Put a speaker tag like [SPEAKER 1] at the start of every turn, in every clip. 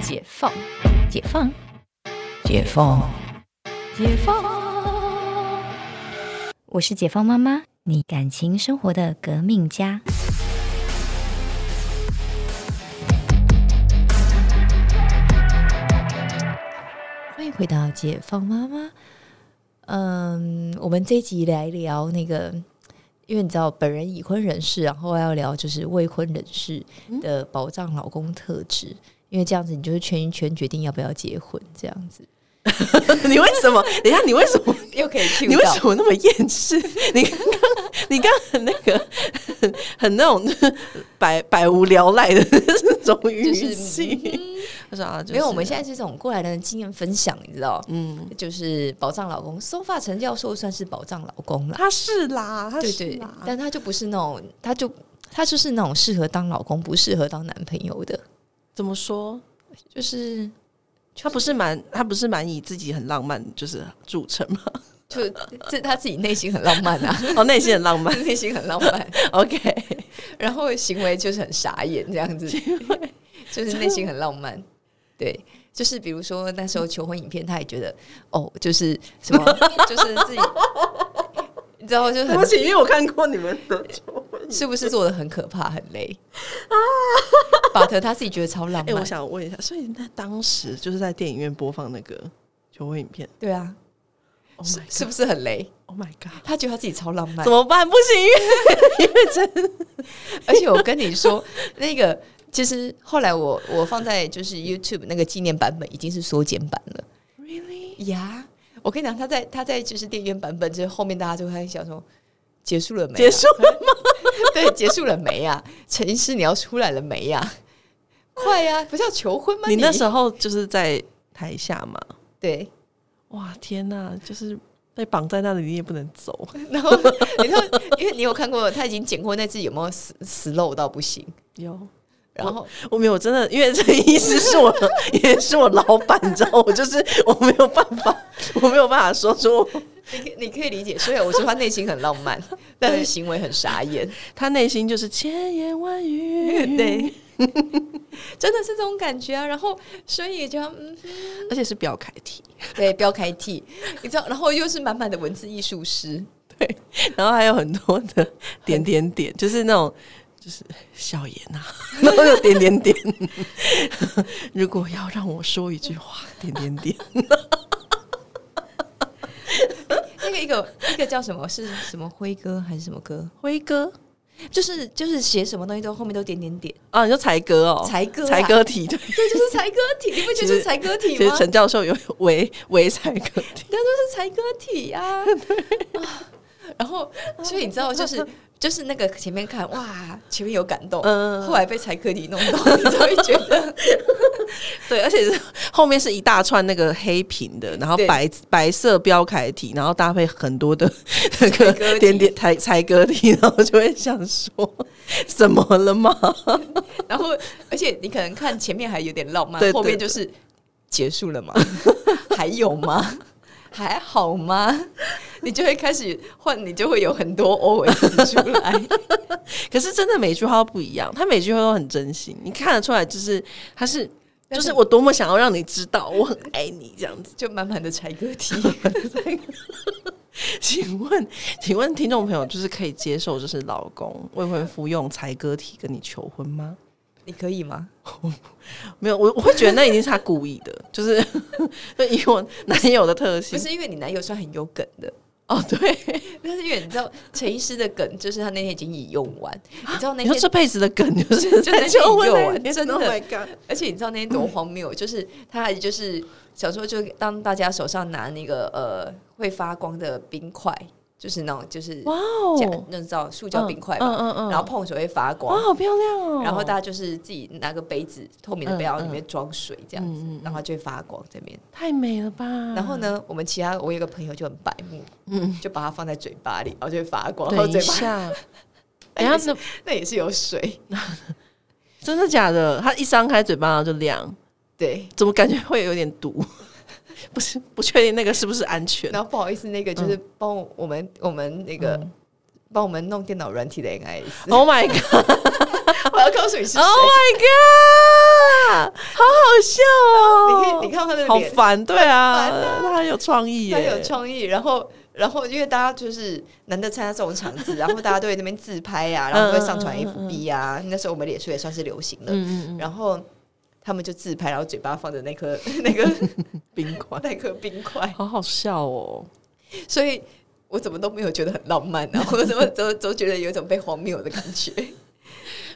[SPEAKER 1] 解放，解放，解放，解放。
[SPEAKER 2] 我是解放妈妈，你感情生活的革命家。
[SPEAKER 1] 欢迎回到解放妈妈。嗯，我们这一集来聊那个，因为你知道本人已婚人士，然后要聊就是未婚人士
[SPEAKER 2] 嗯
[SPEAKER 1] 的保障老公特质，因为这样子你就是全心全决定要不要结婚这样子。
[SPEAKER 3] 你为什么？等一下，你为什 么？
[SPEAKER 1] 又可以去
[SPEAKER 3] 你为什么那么厌世？ 你刚刚，你刚刚很那个， 很很那种 就是百百无聊赖的那种语
[SPEAKER 1] 就是嗯
[SPEAKER 3] 气。我说啊，就是
[SPEAKER 1] 没有，我们现在是这种过来人的经验分享，你知道，
[SPEAKER 3] 嗯，
[SPEAKER 1] 就是保障老公。松发陈教授算是保障老公啦，
[SPEAKER 3] 他是啦，他
[SPEAKER 1] 对
[SPEAKER 3] 是
[SPEAKER 1] 对
[SPEAKER 3] 啦，，
[SPEAKER 1] 但他就不是那种，他就他就是那种适合当老公，不适合当男朋友的，
[SPEAKER 3] 怎么说？
[SPEAKER 1] 就是
[SPEAKER 3] 他不是蛮，他不是蛮以自己很浪漫就是著称 吗？
[SPEAKER 1] 就这他自己内心很浪漫啊，
[SPEAKER 3] 哦，内心很浪漫。
[SPEAKER 1] 内心很浪 漫，
[SPEAKER 3] OK，
[SPEAKER 1] 然后行为就是很傻眼这样子，就是内心很浪漫，对。就是比如说那时候求婚影片，他也觉得哦，就是什 么，就是自己，你知道，就是
[SPEAKER 3] 对
[SPEAKER 1] 很
[SPEAKER 3] 不起，因为我看过你们的作文。
[SPEAKER 1] 是不是做的很可怕、很累啊？巴特他自己觉得超浪
[SPEAKER 3] 哎、
[SPEAKER 1] 漫，
[SPEAKER 3] 我想问一下，所以那当时就是在电影院播放那个求婚影片
[SPEAKER 1] 对啊，
[SPEAKER 3] ，Oh
[SPEAKER 1] 是
[SPEAKER 3] my
[SPEAKER 1] 是不是很累？
[SPEAKER 3] God，Oh my God，
[SPEAKER 1] 他觉得他自己超浪漫
[SPEAKER 3] 怎，么办？不行，
[SPEAKER 1] 而且我跟你说， 那个其实后来我我放在就是 YouTube 那个纪念版本已经是缩减版了
[SPEAKER 3] Really？
[SPEAKER 1] 呀。我跟你讲，他在他在就是电影院版本之后，后面大家就开始想说，结束了没、啊？
[SPEAKER 3] 结束了吗？
[SPEAKER 1] 对，结束了没呀、啊？陈医师，你要出来了没呀、快呀、不是要求婚吗？
[SPEAKER 3] 你那时
[SPEAKER 1] 候
[SPEAKER 3] 候就是在台下嘛？
[SPEAKER 1] 对，
[SPEAKER 3] 哇，天哪！就是被绑在那里，你也不能 走。
[SPEAKER 1] 然后，然后，因为你有看过，他已经剪过那只有没有死死漏到不行，
[SPEAKER 3] 有，
[SPEAKER 1] 然后
[SPEAKER 3] 我没有真的，因为这意思是我，也是我老板，你知道，我就是我没有办法， 我没有办法说出
[SPEAKER 1] 你可你可以理解，所以我说他内心很浪漫， 但是行为很傻眼，
[SPEAKER 3] 他内心就是千言万语，
[SPEAKER 1] 对，真的是这种感觉啊。然后，所以就嗯，
[SPEAKER 3] 而且是表楷体，
[SPEAKER 1] 对，标开 T，你知道，然后又是满满的文字艺术诗，
[SPEAKER 3] 然后还有很多的点点点，就是那种就是笑颜 呐、然后有点点点。 如果要让我说一句话，点点点，
[SPEAKER 1] 那个一个一个叫什么是什么辉哥还是什么哥，
[SPEAKER 3] 辉哥
[SPEAKER 1] 就是就是写什么东西都后面都点点点，
[SPEAKER 3] 啊，你说才哥哦，
[SPEAKER 1] 才哥啊
[SPEAKER 3] 才哥体对。
[SPEAKER 1] 对，就是才哥体，你不觉得就是才哥体
[SPEAKER 3] 其实
[SPEAKER 1] 吗？
[SPEAKER 3] 陈教授有为为才哥体，
[SPEAKER 1] 那都是才哥体呀、啊。然后，所以你知 道，就是就是那个前面看哇，前面有感动，
[SPEAKER 3] 嗯
[SPEAKER 1] 后来被才哥体弄到，你就会觉得
[SPEAKER 3] 对，而且是后面是一大串那个黑屏的，然后
[SPEAKER 1] 对
[SPEAKER 3] 白白色标楷体，然后搭配很多的那个
[SPEAKER 1] 哥体
[SPEAKER 3] 点点才才哥体，然后就会想说 怎么了吗？
[SPEAKER 1] 然后而且你可能看前面还有点浪漫，
[SPEAKER 3] 对对
[SPEAKER 1] 后面就是结束了吗？还有吗？还好吗？你就会开始换，你就会有很多 OS 出来。
[SPEAKER 3] 可是真的每句话都不一样，他每句话都很真心，你看得出来，就是他是
[SPEAKER 1] 但
[SPEAKER 3] 就是是我多么想要让你知道我很 爱你这样子。
[SPEAKER 1] 就满满的才哥 体，
[SPEAKER 3] 请问，请问听众朋友，就是可以接受就是老公未婚夫用才哥体跟你求婚吗？
[SPEAKER 1] 你可以吗？
[SPEAKER 3] 没有，我我会觉得那一定是他故意的， 就是就以我男友的特
[SPEAKER 1] 不
[SPEAKER 3] 性。
[SPEAKER 1] 是因为你男友算很有梗的，
[SPEAKER 3] 哦， 对，
[SPEAKER 1] 但是因为你知道陈医师的梗，就是他那天已经已用完，你知道那
[SPEAKER 3] 啊你说
[SPEAKER 1] 天，
[SPEAKER 3] 这辈子的梗就是
[SPEAKER 1] 就那
[SPEAKER 3] 在
[SPEAKER 1] 天
[SPEAKER 3] 求婚
[SPEAKER 1] 有
[SPEAKER 3] 那
[SPEAKER 1] 啊
[SPEAKER 3] 一天
[SPEAKER 1] 真的
[SPEAKER 3] Oh my god！
[SPEAKER 1] 而且你知道那天多荒 谬，就是他还就是想说，就当大家手上拿那个呃会发光的冰块，就是那种就是
[SPEAKER 3] 哇
[SPEAKER 1] 假
[SPEAKER 3] 哦，
[SPEAKER 1] 那叫塑胶冰块
[SPEAKER 3] 嗯
[SPEAKER 1] 嘛，
[SPEAKER 3] 嗯嗯，
[SPEAKER 1] 然后碰手会发
[SPEAKER 3] 哇，
[SPEAKER 1] 光。
[SPEAKER 3] 好漂亮哦。
[SPEAKER 1] 然后大家就是自己拿个杯子，透明的
[SPEAKER 3] 嗯
[SPEAKER 1] 杯，然后里
[SPEAKER 3] 嗯
[SPEAKER 1] 面装水这样子，
[SPEAKER 3] 嗯嗯嗯
[SPEAKER 1] 然后它就会发光这边。
[SPEAKER 3] 太美了吧？
[SPEAKER 1] 然后？呢，我们其他我有一个朋友就很白目，
[SPEAKER 3] 嗯，
[SPEAKER 1] 就把它放在嘴巴里，然后就会发光，然后
[SPEAKER 3] 等一
[SPEAKER 1] 嘴巴
[SPEAKER 3] 下， 等一下，那
[SPEAKER 1] 那也是有水，
[SPEAKER 3] 真的假的？他一张开嘴巴然后就亮，
[SPEAKER 1] 对。
[SPEAKER 3] 怎么感觉会有点毒？ 不是，不确定那个是不是安 全？
[SPEAKER 1] 然后不好意思，那个就是
[SPEAKER 3] 嗯
[SPEAKER 1] 帮我我们、我们那个帮我们弄电脑软体的 NIS，、
[SPEAKER 3] Oh my god！哦
[SPEAKER 1] 我要告诉你是谁。
[SPEAKER 3] Oh my god！好好笑
[SPEAKER 1] 你看他的
[SPEAKER 3] 好
[SPEAKER 1] 脸，
[SPEAKER 3] 烦，对啊，他很有创意耶，
[SPEAKER 1] 他有创意，然后然后因为大家就是难得参加这种场 子，然后大家都会那边自拍啊，然后都会上传
[SPEAKER 3] 嗯嗯嗯
[SPEAKER 1] FB 啊，那时候我们脸书也算是流行了，
[SPEAKER 3] 嗯，嗯嗯，
[SPEAKER 1] 然后他们就自拍，然后嘴巴放着那颗 那个
[SPEAKER 3] 冰块，
[SPEAKER 1] 那颗冰块，
[SPEAKER 3] 好好笑哦，
[SPEAKER 1] 所以我怎么都没有觉得很浪漫啊， 我怎么都都觉得有一种被荒谬的感觉。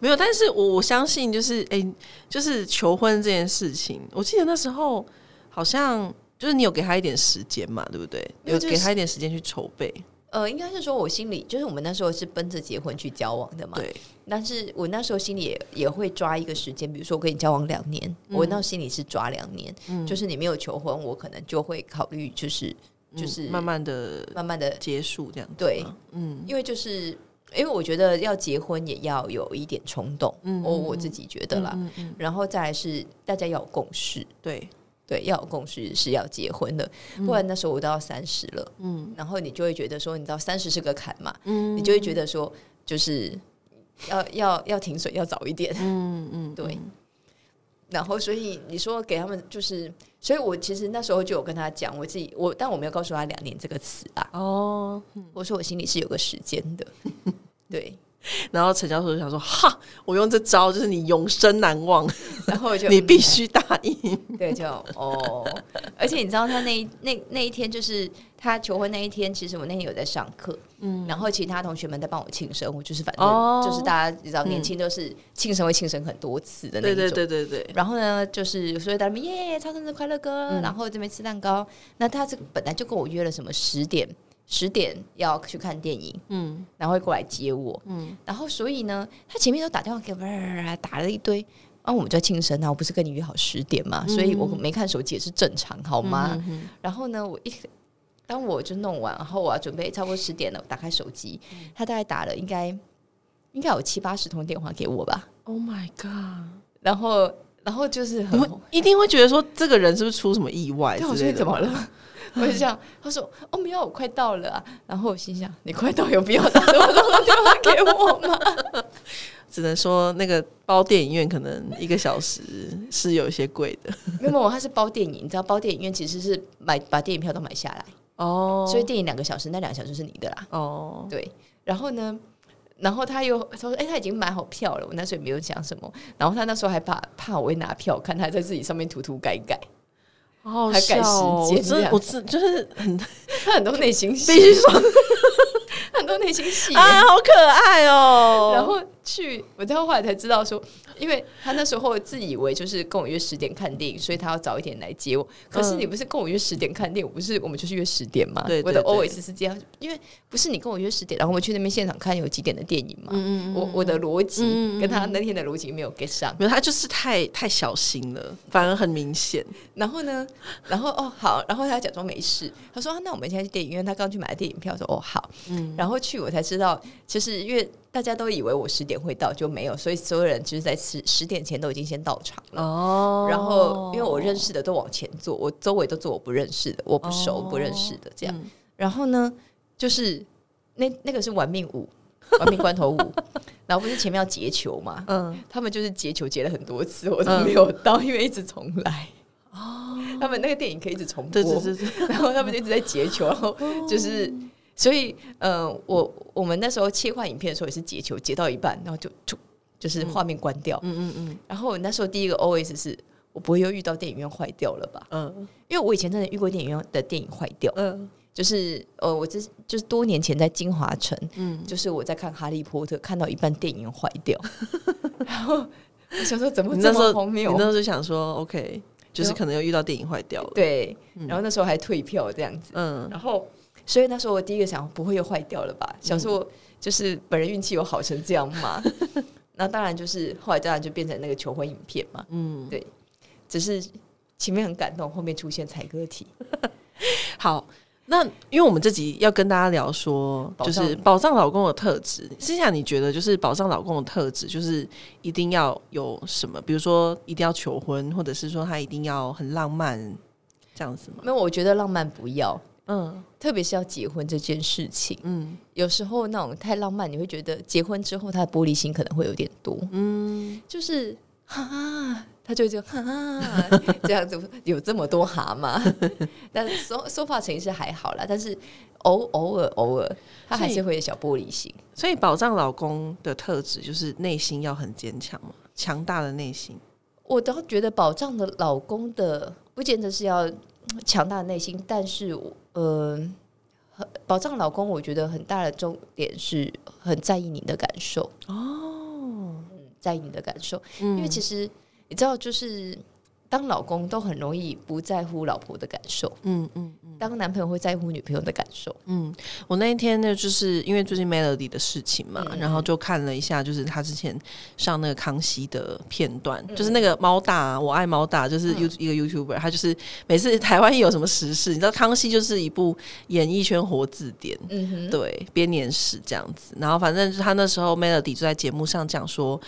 [SPEAKER 3] 没有，但是我我相信，就是哎、就是求婚这件事情，我记得那时候好像就是你有给他一点时间嘛，对不对？
[SPEAKER 1] 没
[SPEAKER 3] 有
[SPEAKER 1] 有就是
[SPEAKER 3] 给他一点时间去筹备，
[SPEAKER 1] 呃，应该是说我心里就是我们那时候是奔着结婚去交往的嘛，
[SPEAKER 3] 对，
[SPEAKER 1] 但是我那时候心里也也会抓一个时间，比如说我跟你交往两年，我那时候心里是抓两年，
[SPEAKER 3] 嗯
[SPEAKER 1] 就是你没有求婚，我可能就会考虑，就是就是
[SPEAKER 3] 嗯慢慢的
[SPEAKER 1] 慢慢的，
[SPEAKER 3] 结束这样子嘛，
[SPEAKER 1] 对
[SPEAKER 3] 嗯，
[SPEAKER 1] 因为就是因为我觉得要结婚也要有一点冲动，
[SPEAKER 3] 嗯
[SPEAKER 1] 我
[SPEAKER 3] 嗯
[SPEAKER 1] 我自己觉得啦，
[SPEAKER 3] 嗯，嗯嗯
[SPEAKER 1] 然后再来是大家要有共识，
[SPEAKER 3] 对，
[SPEAKER 1] 对，要有共识是要结婚的，不然那时候我都要三十了，
[SPEAKER 3] 嗯
[SPEAKER 1] 然后你就会觉得说，你知道三十是个坎嘛，
[SPEAKER 3] 嗯
[SPEAKER 1] 你就会觉得说，就是要要要停水要早一点，
[SPEAKER 3] 嗯嗯，
[SPEAKER 1] 对。 然后，所以你说给他们就是，所以我其实那时候就有跟他讲，我自己我，但我没有告诉他“两年”这个词啊，
[SPEAKER 3] 哦，
[SPEAKER 1] 我说我心里是有个时间 的，对。
[SPEAKER 3] 然后陈教授就想说，哈，我用这招就是你永生难忘，
[SPEAKER 1] 然后我 就
[SPEAKER 3] 你必须答应。
[SPEAKER 1] 嗯对就哦，而且你知道他那一那那一天就是他求婚那一天，其实我那天有在上课，嗯，然后其他同学们在帮我庆生，我就是反正、
[SPEAKER 3] 哦
[SPEAKER 1] 就是大家你知道年轻都是庆生会庆生很多次的那一
[SPEAKER 3] 对
[SPEAKER 1] 种，
[SPEAKER 3] 对对对对，
[SPEAKER 1] 然后呢，就是所以他们耶唱生日快乐歌，
[SPEAKER 3] 嗯
[SPEAKER 1] 然后这边吃蛋糕。那他这个本来就跟我约了什么十点，十点要去看电影，
[SPEAKER 3] 嗯
[SPEAKER 1] 然后会过来接我。
[SPEAKER 3] 嗯
[SPEAKER 1] 然后所以呢，他前面都打电话给我，啊打了一堆。然后我们就在庆生啊，我不是跟你约好十点嘛，所以我没看手机也是正常，好吗？
[SPEAKER 3] 嗯
[SPEAKER 1] 然后呢，我一当我就弄完，然后我要准备差不多十点了，我打开手机，他大概打了应该应该有七八十通电话给我吧，
[SPEAKER 3] ，Oh my god！
[SPEAKER 1] 然后然后就是
[SPEAKER 3] 你
[SPEAKER 1] 很
[SPEAKER 3] 会一定会觉得说这个人是不是出什么意外
[SPEAKER 1] 对，我
[SPEAKER 3] 之
[SPEAKER 1] 说
[SPEAKER 3] 类的？
[SPEAKER 1] 你怎么？了？我就这样，他说哦没有，我快到了、啊。然后我心想，你快到有必要打这么多通电话给我吗？
[SPEAKER 3] 只能说那个包电影院可能一个小时是有一些贵的
[SPEAKER 1] 没有，他是包电影，你知道包电影院其实是买把电影票都买下来，
[SPEAKER 3] 哦
[SPEAKER 1] 所以电影两个小时，那两个小时是你的啦。
[SPEAKER 3] 哦，
[SPEAKER 1] 对，然后呢，然后他又他说，哎、他已经买好票了。我那时候也没有讲什么，然后他那时候还怕怕我会拿票看，他还在自己上面涂涂改改，
[SPEAKER 3] 好好
[SPEAKER 1] 还改
[SPEAKER 3] 笑哦！
[SPEAKER 1] 时
[SPEAKER 3] 我
[SPEAKER 1] 间这
[SPEAKER 3] 真
[SPEAKER 1] 样
[SPEAKER 3] 我真就是 很
[SPEAKER 1] 他很多内心 戏，
[SPEAKER 3] 必须说
[SPEAKER 1] 他很多内心戏耶、
[SPEAKER 3] 啊，好可爱哦。
[SPEAKER 1] 然后去，我到后来才知道说，因为他那时候自以为就是跟我约十点看电影，所以他要早一点来接我。可是
[SPEAKER 3] 嗯
[SPEAKER 1] 你不是跟我约十点看电影，我不是我们就是约十点嘛？
[SPEAKER 3] 对对
[SPEAKER 1] 我
[SPEAKER 3] 对
[SPEAKER 1] 的 always 是这样，因为不是你跟我约十点，然后我去那边现场看有几点的电影嘛？
[SPEAKER 3] 嗯嗯嗯嗯
[SPEAKER 1] 我我的逻辑、
[SPEAKER 3] 嗯嗯嗯
[SPEAKER 1] 跟他那天的逻辑没有 get 上。
[SPEAKER 3] 没有，他就是太太小心了，反而很明显。
[SPEAKER 1] 然后呢，然后哦好，然后他假装没事，他说、啊、那我们现在去电影院，他刚去买了电影票，我说哦好，
[SPEAKER 3] 嗯
[SPEAKER 1] 然后去我才知道，其实因为大家都以为我十点会到，就没有，所以所有人其实在十十点前都已经先到场了。
[SPEAKER 3] 哦
[SPEAKER 1] 然后因为我认识的都往前坐，我周围都坐我不认识的，我不熟、不认识的这样。
[SPEAKER 3] 嗯
[SPEAKER 1] 然后呢，就是那那个是玩命舞，玩命关头舞，然后不是前面要劫球嘛？
[SPEAKER 3] 嗯，
[SPEAKER 1] 他们就是劫球劫了很多次，我都没有到，因为一直重来。哦，他们那个电影可以一直重播，
[SPEAKER 3] 对对对对，
[SPEAKER 1] 然后他们就一直在截球，然后
[SPEAKER 3] 哦
[SPEAKER 1] 就是，所以，呃，我我们那时候切换影片的时候也是截球，截到一半，然后就就就是画面关掉。
[SPEAKER 3] 嗯嗯嗯
[SPEAKER 1] 然后我那时候第一个 OS 是我不会又遇到电影院坏掉了吧？
[SPEAKER 3] 嗯
[SPEAKER 1] 因为我以前真的遇过电影院的电影坏掉，
[SPEAKER 3] 嗯
[SPEAKER 1] 就是呃，我之就是多年前在金华城，
[SPEAKER 3] 嗯，
[SPEAKER 1] 就是我在看《哈利波特》，看到一半电影坏 掉，然后我想说怎么
[SPEAKER 3] 你
[SPEAKER 1] 这
[SPEAKER 3] 那时
[SPEAKER 1] 么
[SPEAKER 3] 候
[SPEAKER 1] 荒
[SPEAKER 3] 你
[SPEAKER 1] 谬
[SPEAKER 3] 那时？候就想说 OK，就是可能又遇到电影坏掉了。
[SPEAKER 1] 对，然后那时候还退票这样子。
[SPEAKER 3] 嗯，
[SPEAKER 1] 然后，所以那时候我第一个想，不会又坏掉了吧？想说就是本人运气有好成这样嘛。 那当然就是后来当然就变成那个求婚影片嘛，
[SPEAKER 3] 嗯，
[SPEAKER 1] 对只是前面很感动，后面出现踩歌体，
[SPEAKER 3] 好。那因为我们这集要跟大家聊说，
[SPEAKER 1] 保
[SPEAKER 3] 就
[SPEAKER 1] 障
[SPEAKER 3] 是保障老公的特质。剩下你觉得就是保障老公的特质，就是一定要有什么？比如说一定要求婚，或者是说他一定要很浪漫这样子吗？
[SPEAKER 1] 没有，我觉得浪漫不要。
[SPEAKER 3] 嗯
[SPEAKER 1] 特别是要结婚这件事情，
[SPEAKER 3] 嗯
[SPEAKER 1] 有时候那种太浪漫，你会觉得结婚之后他的玻璃心可能会有点多。
[SPEAKER 3] 嗯，
[SPEAKER 1] 就是啊，他就会这样哈， 这样子有这么多蛤蟆。 但说说话程是还好啦，但是偶偶尔偶尔，他还是会有小玻璃心。
[SPEAKER 3] 所以保障老公的特质就是内心要很坚强嘛，强大的内心。
[SPEAKER 1] 我倒觉得保障的老公的不见得是要强大的内心，但是我呃，很保障老公，我觉得很大的重点是很在意你的感受哦，嗯，在意你的感受，
[SPEAKER 3] 嗯
[SPEAKER 1] 因为其实你知道，就是当老公都很容易不在乎老婆的感受，
[SPEAKER 3] 嗯嗯嗯
[SPEAKER 1] 当男朋友会在乎女朋友的感受，
[SPEAKER 3] 嗯，我那一天呢，就是因为最近 Melody 的事情嘛，
[SPEAKER 1] 嗯
[SPEAKER 3] 然后就看了一下，就是他之前上那个康熙的片段，
[SPEAKER 1] 嗯
[SPEAKER 3] 就是那个猫大、啊，我爱猫大，就是 You、一个 YouTuber，他就是每次台湾一有什么时事，你知道康熙就是一部演艺圈活字典，
[SPEAKER 1] 嗯哼，
[SPEAKER 3] 对编年史这样子。然后反正就是他那时候 Melody 就在节目上讲说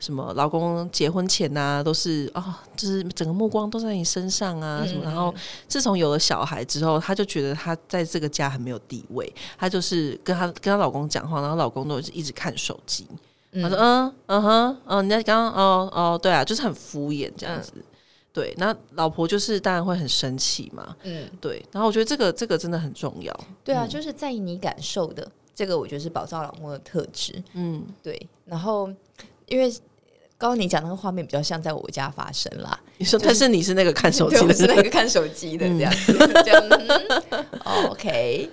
[SPEAKER 3] 什么老公结婚前呐、都是哦，就是整个目光都在你身上啊
[SPEAKER 1] 嗯
[SPEAKER 3] 什么。然后自从有了小孩之后，她就觉得她在这个家很没有地位，她就是跟她跟她老公讲话，然后老公都一直看手机。她说嗯嗯哼嗯，你在刚刚哦哦对啊，就是很敷衍这
[SPEAKER 1] 嗯
[SPEAKER 3] 样子。对，那老婆就是当然会很生气嘛，
[SPEAKER 1] 嗯，
[SPEAKER 3] 对。然后我觉得这个这个真的很重要，
[SPEAKER 1] 对啊，就是在意你感受的，这个我觉得是保障老公的特质。
[SPEAKER 3] 嗯，
[SPEAKER 1] 对，然后因为刚刚你讲那个画面比较像在我家发生啦，
[SPEAKER 3] 你说，但是你是那个看手机
[SPEAKER 1] 对，我
[SPEAKER 3] 的
[SPEAKER 1] 是那
[SPEAKER 3] 人，
[SPEAKER 1] 个看手机的这样子，这样、嗯哦、，OK。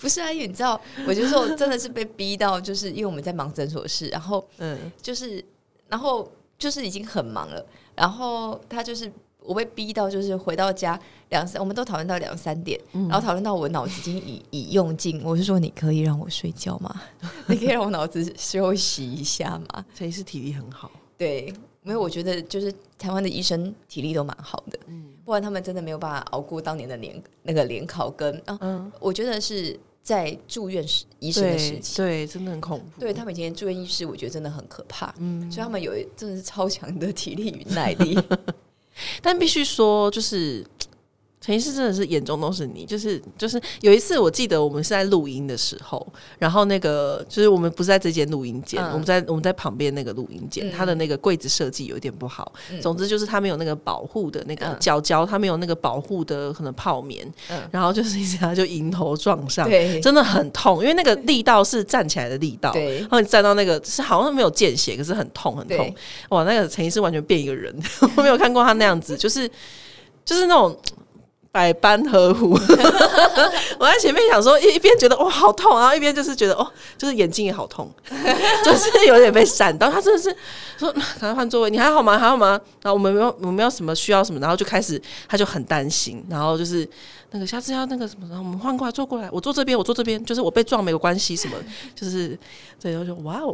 [SPEAKER 1] 不是啊，因为你知道，我就说我真的是被逼到，就是因为我们在忙诊所事，然后
[SPEAKER 3] 嗯，
[SPEAKER 1] 就是，然后就是已经很忙了，然后他就是我被逼到，就是回到家两三，我们都讨论到两三点，然后讨论到我脑子已经已已用尽，我是说你可以让我睡觉吗？ 你可以让我脑子休息一下吗？
[SPEAKER 3] 谁是体力很好？
[SPEAKER 1] 对，没有，我觉得就是台湾的医生体力都蛮好的，
[SPEAKER 3] 嗯
[SPEAKER 1] 不然他们真的没有办法熬过当年的联那个联考跟啊，
[SPEAKER 3] 嗯，
[SPEAKER 1] 我觉得是在住院时医生的时
[SPEAKER 3] 对
[SPEAKER 1] 期。
[SPEAKER 3] 对，真的很恐怖。
[SPEAKER 1] 对他们以前住院医师，我觉得真的很可怕，
[SPEAKER 3] 嗯
[SPEAKER 1] 所以他们有一真的是超强的 体力 与耐力。
[SPEAKER 3] 但必须说，就是陈医师真的是眼中都是你，就是就是有一次我记得我们是在录音的时候，然后那个就是我们不是在这间录音间，
[SPEAKER 1] 嗯
[SPEAKER 3] 我们在我们在旁边那个录音间，
[SPEAKER 1] 嗯
[SPEAKER 3] 它的那个柜子设计有一点不好，
[SPEAKER 1] 嗯
[SPEAKER 3] 总之就是它没有那个保护的那个
[SPEAKER 1] 嗯
[SPEAKER 3] 胶胶，它没有那个保护的可能泡棉，
[SPEAKER 1] 嗯
[SPEAKER 3] 然后就是一下就迎头撞上，
[SPEAKER 1] 对
[SPEAKER 3] 真的很痛，因为那个力道是站起来的力道，
[SPEAKER 1] 对
[SPEAKER 3] 然后你站到那个是好像没有见血，可是很痛很痛
[SPEAKER 1] 对，
[SPEAKER 3] 哇，那个陈医师完全变一个人， 我没有看过他那样子，就是就是那种。百般呵护， 我在前面想说，一一边觉得哇好痛，然后一边就是觉得哦，就是眼睛也好痛， 就是有点被闪到。他真的是说，赶快换座位，你还好吗？还好吗？然后我们没有，我们没有什么需要什么，然后就开始他就很担心，然后就是那个下次要那个什么，然后我们换过来坐过来，我坐这边，我坐这边，就是我被撞没有关系，什么就是对，然后就哇哦，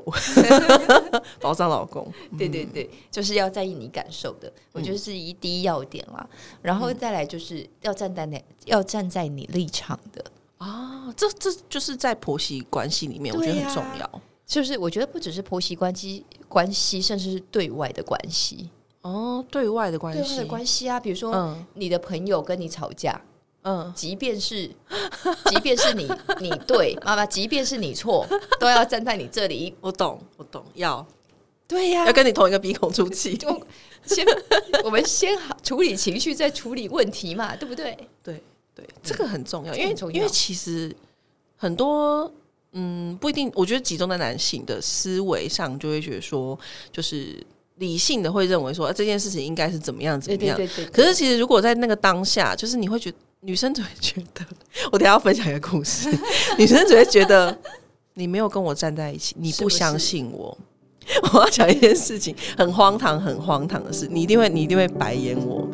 [SPEAKER 3] 保障老公，
[SPEAKER 1] 对对对，
[SPEAKER 3] 嗯
[SPEAKER 1] 就是要在意你感受的，我觉得是一第一要点啦。
[SPEAKER 3] 嗯
[SPEAKER 1] 然后再来就是要站在那，要站在你立场的，
[SPEAKER 3] 啊，这这就是在婆媳关系里面，我
[SPEAKER 1] 对
[SPEAKER 3] 觉
[SPEAKER 1] 呀
[SPEAKER 3] 得很重要。
[SPEAKER 1] 就是我觉得不只是婆媳关系关系，甚至是对外的关系，
[SPEAKER 3] 哦，对外的关
[SPEAKER 1] 对外
[SPEAKER 3] 系，
[SPEAKER 1] 的关系啊，比如说
[SPEAKER 3] 嗯
[SPEAKER 1] 你的朋友跟你吵架，
[SPEAKER 3] 嗯，
[SPEAKER 1] 即便是 即便是你你对妈妈，即便是你错，都要站在你这里。
[SPEAKER 3] 我懂，我懂，要
[SPEAKER 1] 对 呀
[SPEAKER 3] 要跟你同一个鼻孔出气，
[SPEAKER 1] 我先我们先好处理情绪，再处理问题嘛，对不对？
[SPEAKER 3] 对对，这个很重要，因为
[SPEAKER 1] 很重要
[SPEAKER 3] 因为其实很多嗯不一定，我觉得集中在男性的思维上，就会觉得说，就是理性的会认为说、啊、这件事情应该是怎么样怎
[SPEAKER 1] 对
[SPEAKER 3] 么
[SPEAKER 1] 对
[SPEAKER 3] 样。
[SPEAKER 1] 对对。
[SPEAKER 3] 可是其实如果在那个当下，就是你会觉女生只会觉得，我等一下要分享一个故事，女生只会觉得你没有跟我站在一起，你
[SPEAKER 1] 是
[SPEAKER 3] 不
[SPEAKER 1] 不是
[SPEAKER 3] 相信我。 我要讲一件事情，很荒唐，很荒唐的事，你一定会，你一定会白眼我。